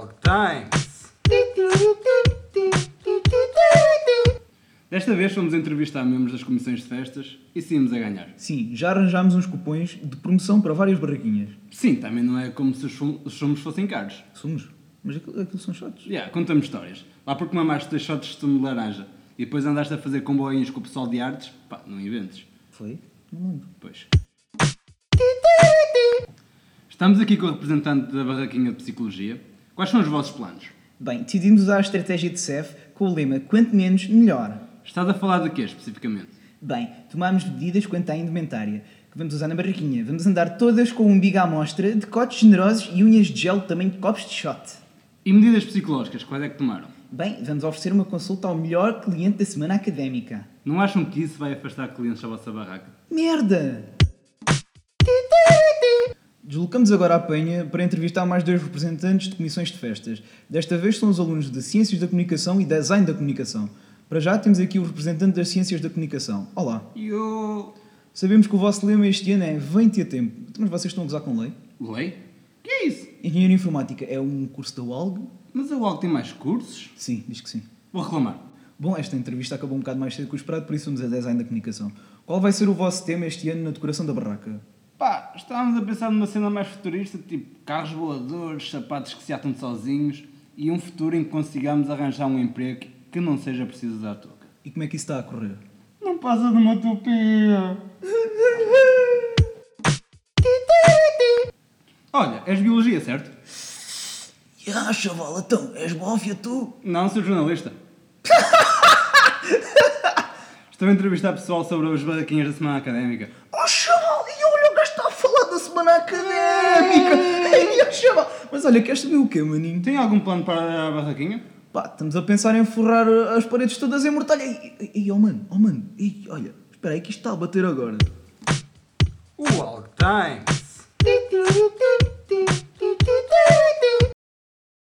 Times. Desta vez fomos entrevistar membros das comissões de festas e saímos a ganhar. Sim, já arranjámos uns cupons de promoção para várias barraquinhas. Sim, também não é como se os fum- os sumos fossem caros. Somos. Mas aquilo, aquilo são shots. Yeah, conta-me histórias. Lá porque mamaste dois shots de sumo de laranja e depois andaste a fazer comboinhos com o pessoal de artes, pá, não inventes. Foi? Não me lembro. Pois. Estamos aqui com o representante da barraquinha de psicologia. Quais são os vossos planos? Bem, decidimos usar a estratégia de CEF com o lema quanto menos, melhor. Estás a falar de quê especificamente? Bem, tomámos medidas quanto à indumentária, que vamos usar na barraquinha. Vamos andar todas com um umbigo à mostra, decotes generosos e unhas de gel do tamanho de copos de shot. E medidas psicológicas, quais é que tomaram? Bem, vamos oferecer uma consulta ao melhor cliente da semana académica. Não acham que isso vai afastar clientes da vossa barraca? Merda! Deslocamos agora a Penha para entrevistar mais dois representantes de comissões de festas. Desta vez são os alunos de Ciências da Comunicação e Design da Comunicação. Para já temos aqui o representante das Ciências da Comunicação. Olá! Eu. Sabemos que o vosso lema este ano é Vem-te a tempo. Então, Mas vocês estão a gozar com lei? Lei? Que é isso? Engenharia Informática é um curso da UALG? Mas a UAL tem mais cursos? Sim, diz que sim. Vou reclamar. Bom, esta entrevista acabou um bocado mais cedo que o esperado, por isso vamos a Design da Comunicação. Qual vai ser o vosso tema este ano na decoração da barraca? Pá, estávamos a pensar numa cena mais futurista, tipo carros voadores, sapatos que se atam sozinhos e um futuro em que consigamos arranjar um emprego que não seja preciso usar touca. E como é que isso está a correr? Não passa de uma utopia. Olha, és biologia, certo? Ya, chaval, então, és bófia tu? Não, sou jornalista. Estou a entrevistar pessoal sobre as barraquinhas da semana académica. Oh, chaval, e olha o gajo está a falar da semana académica! Ei, oh, chaval! Mas olha, queres saber o quê, maninho? Tem algum plano para a barraquinha? Pá, estamos a pensar em forrar uh, as paredes todas em mortalha. Ei, ei, oh, mano, oh, mano, ei, olha, espera aí que isto está a bater agora. Wall Times.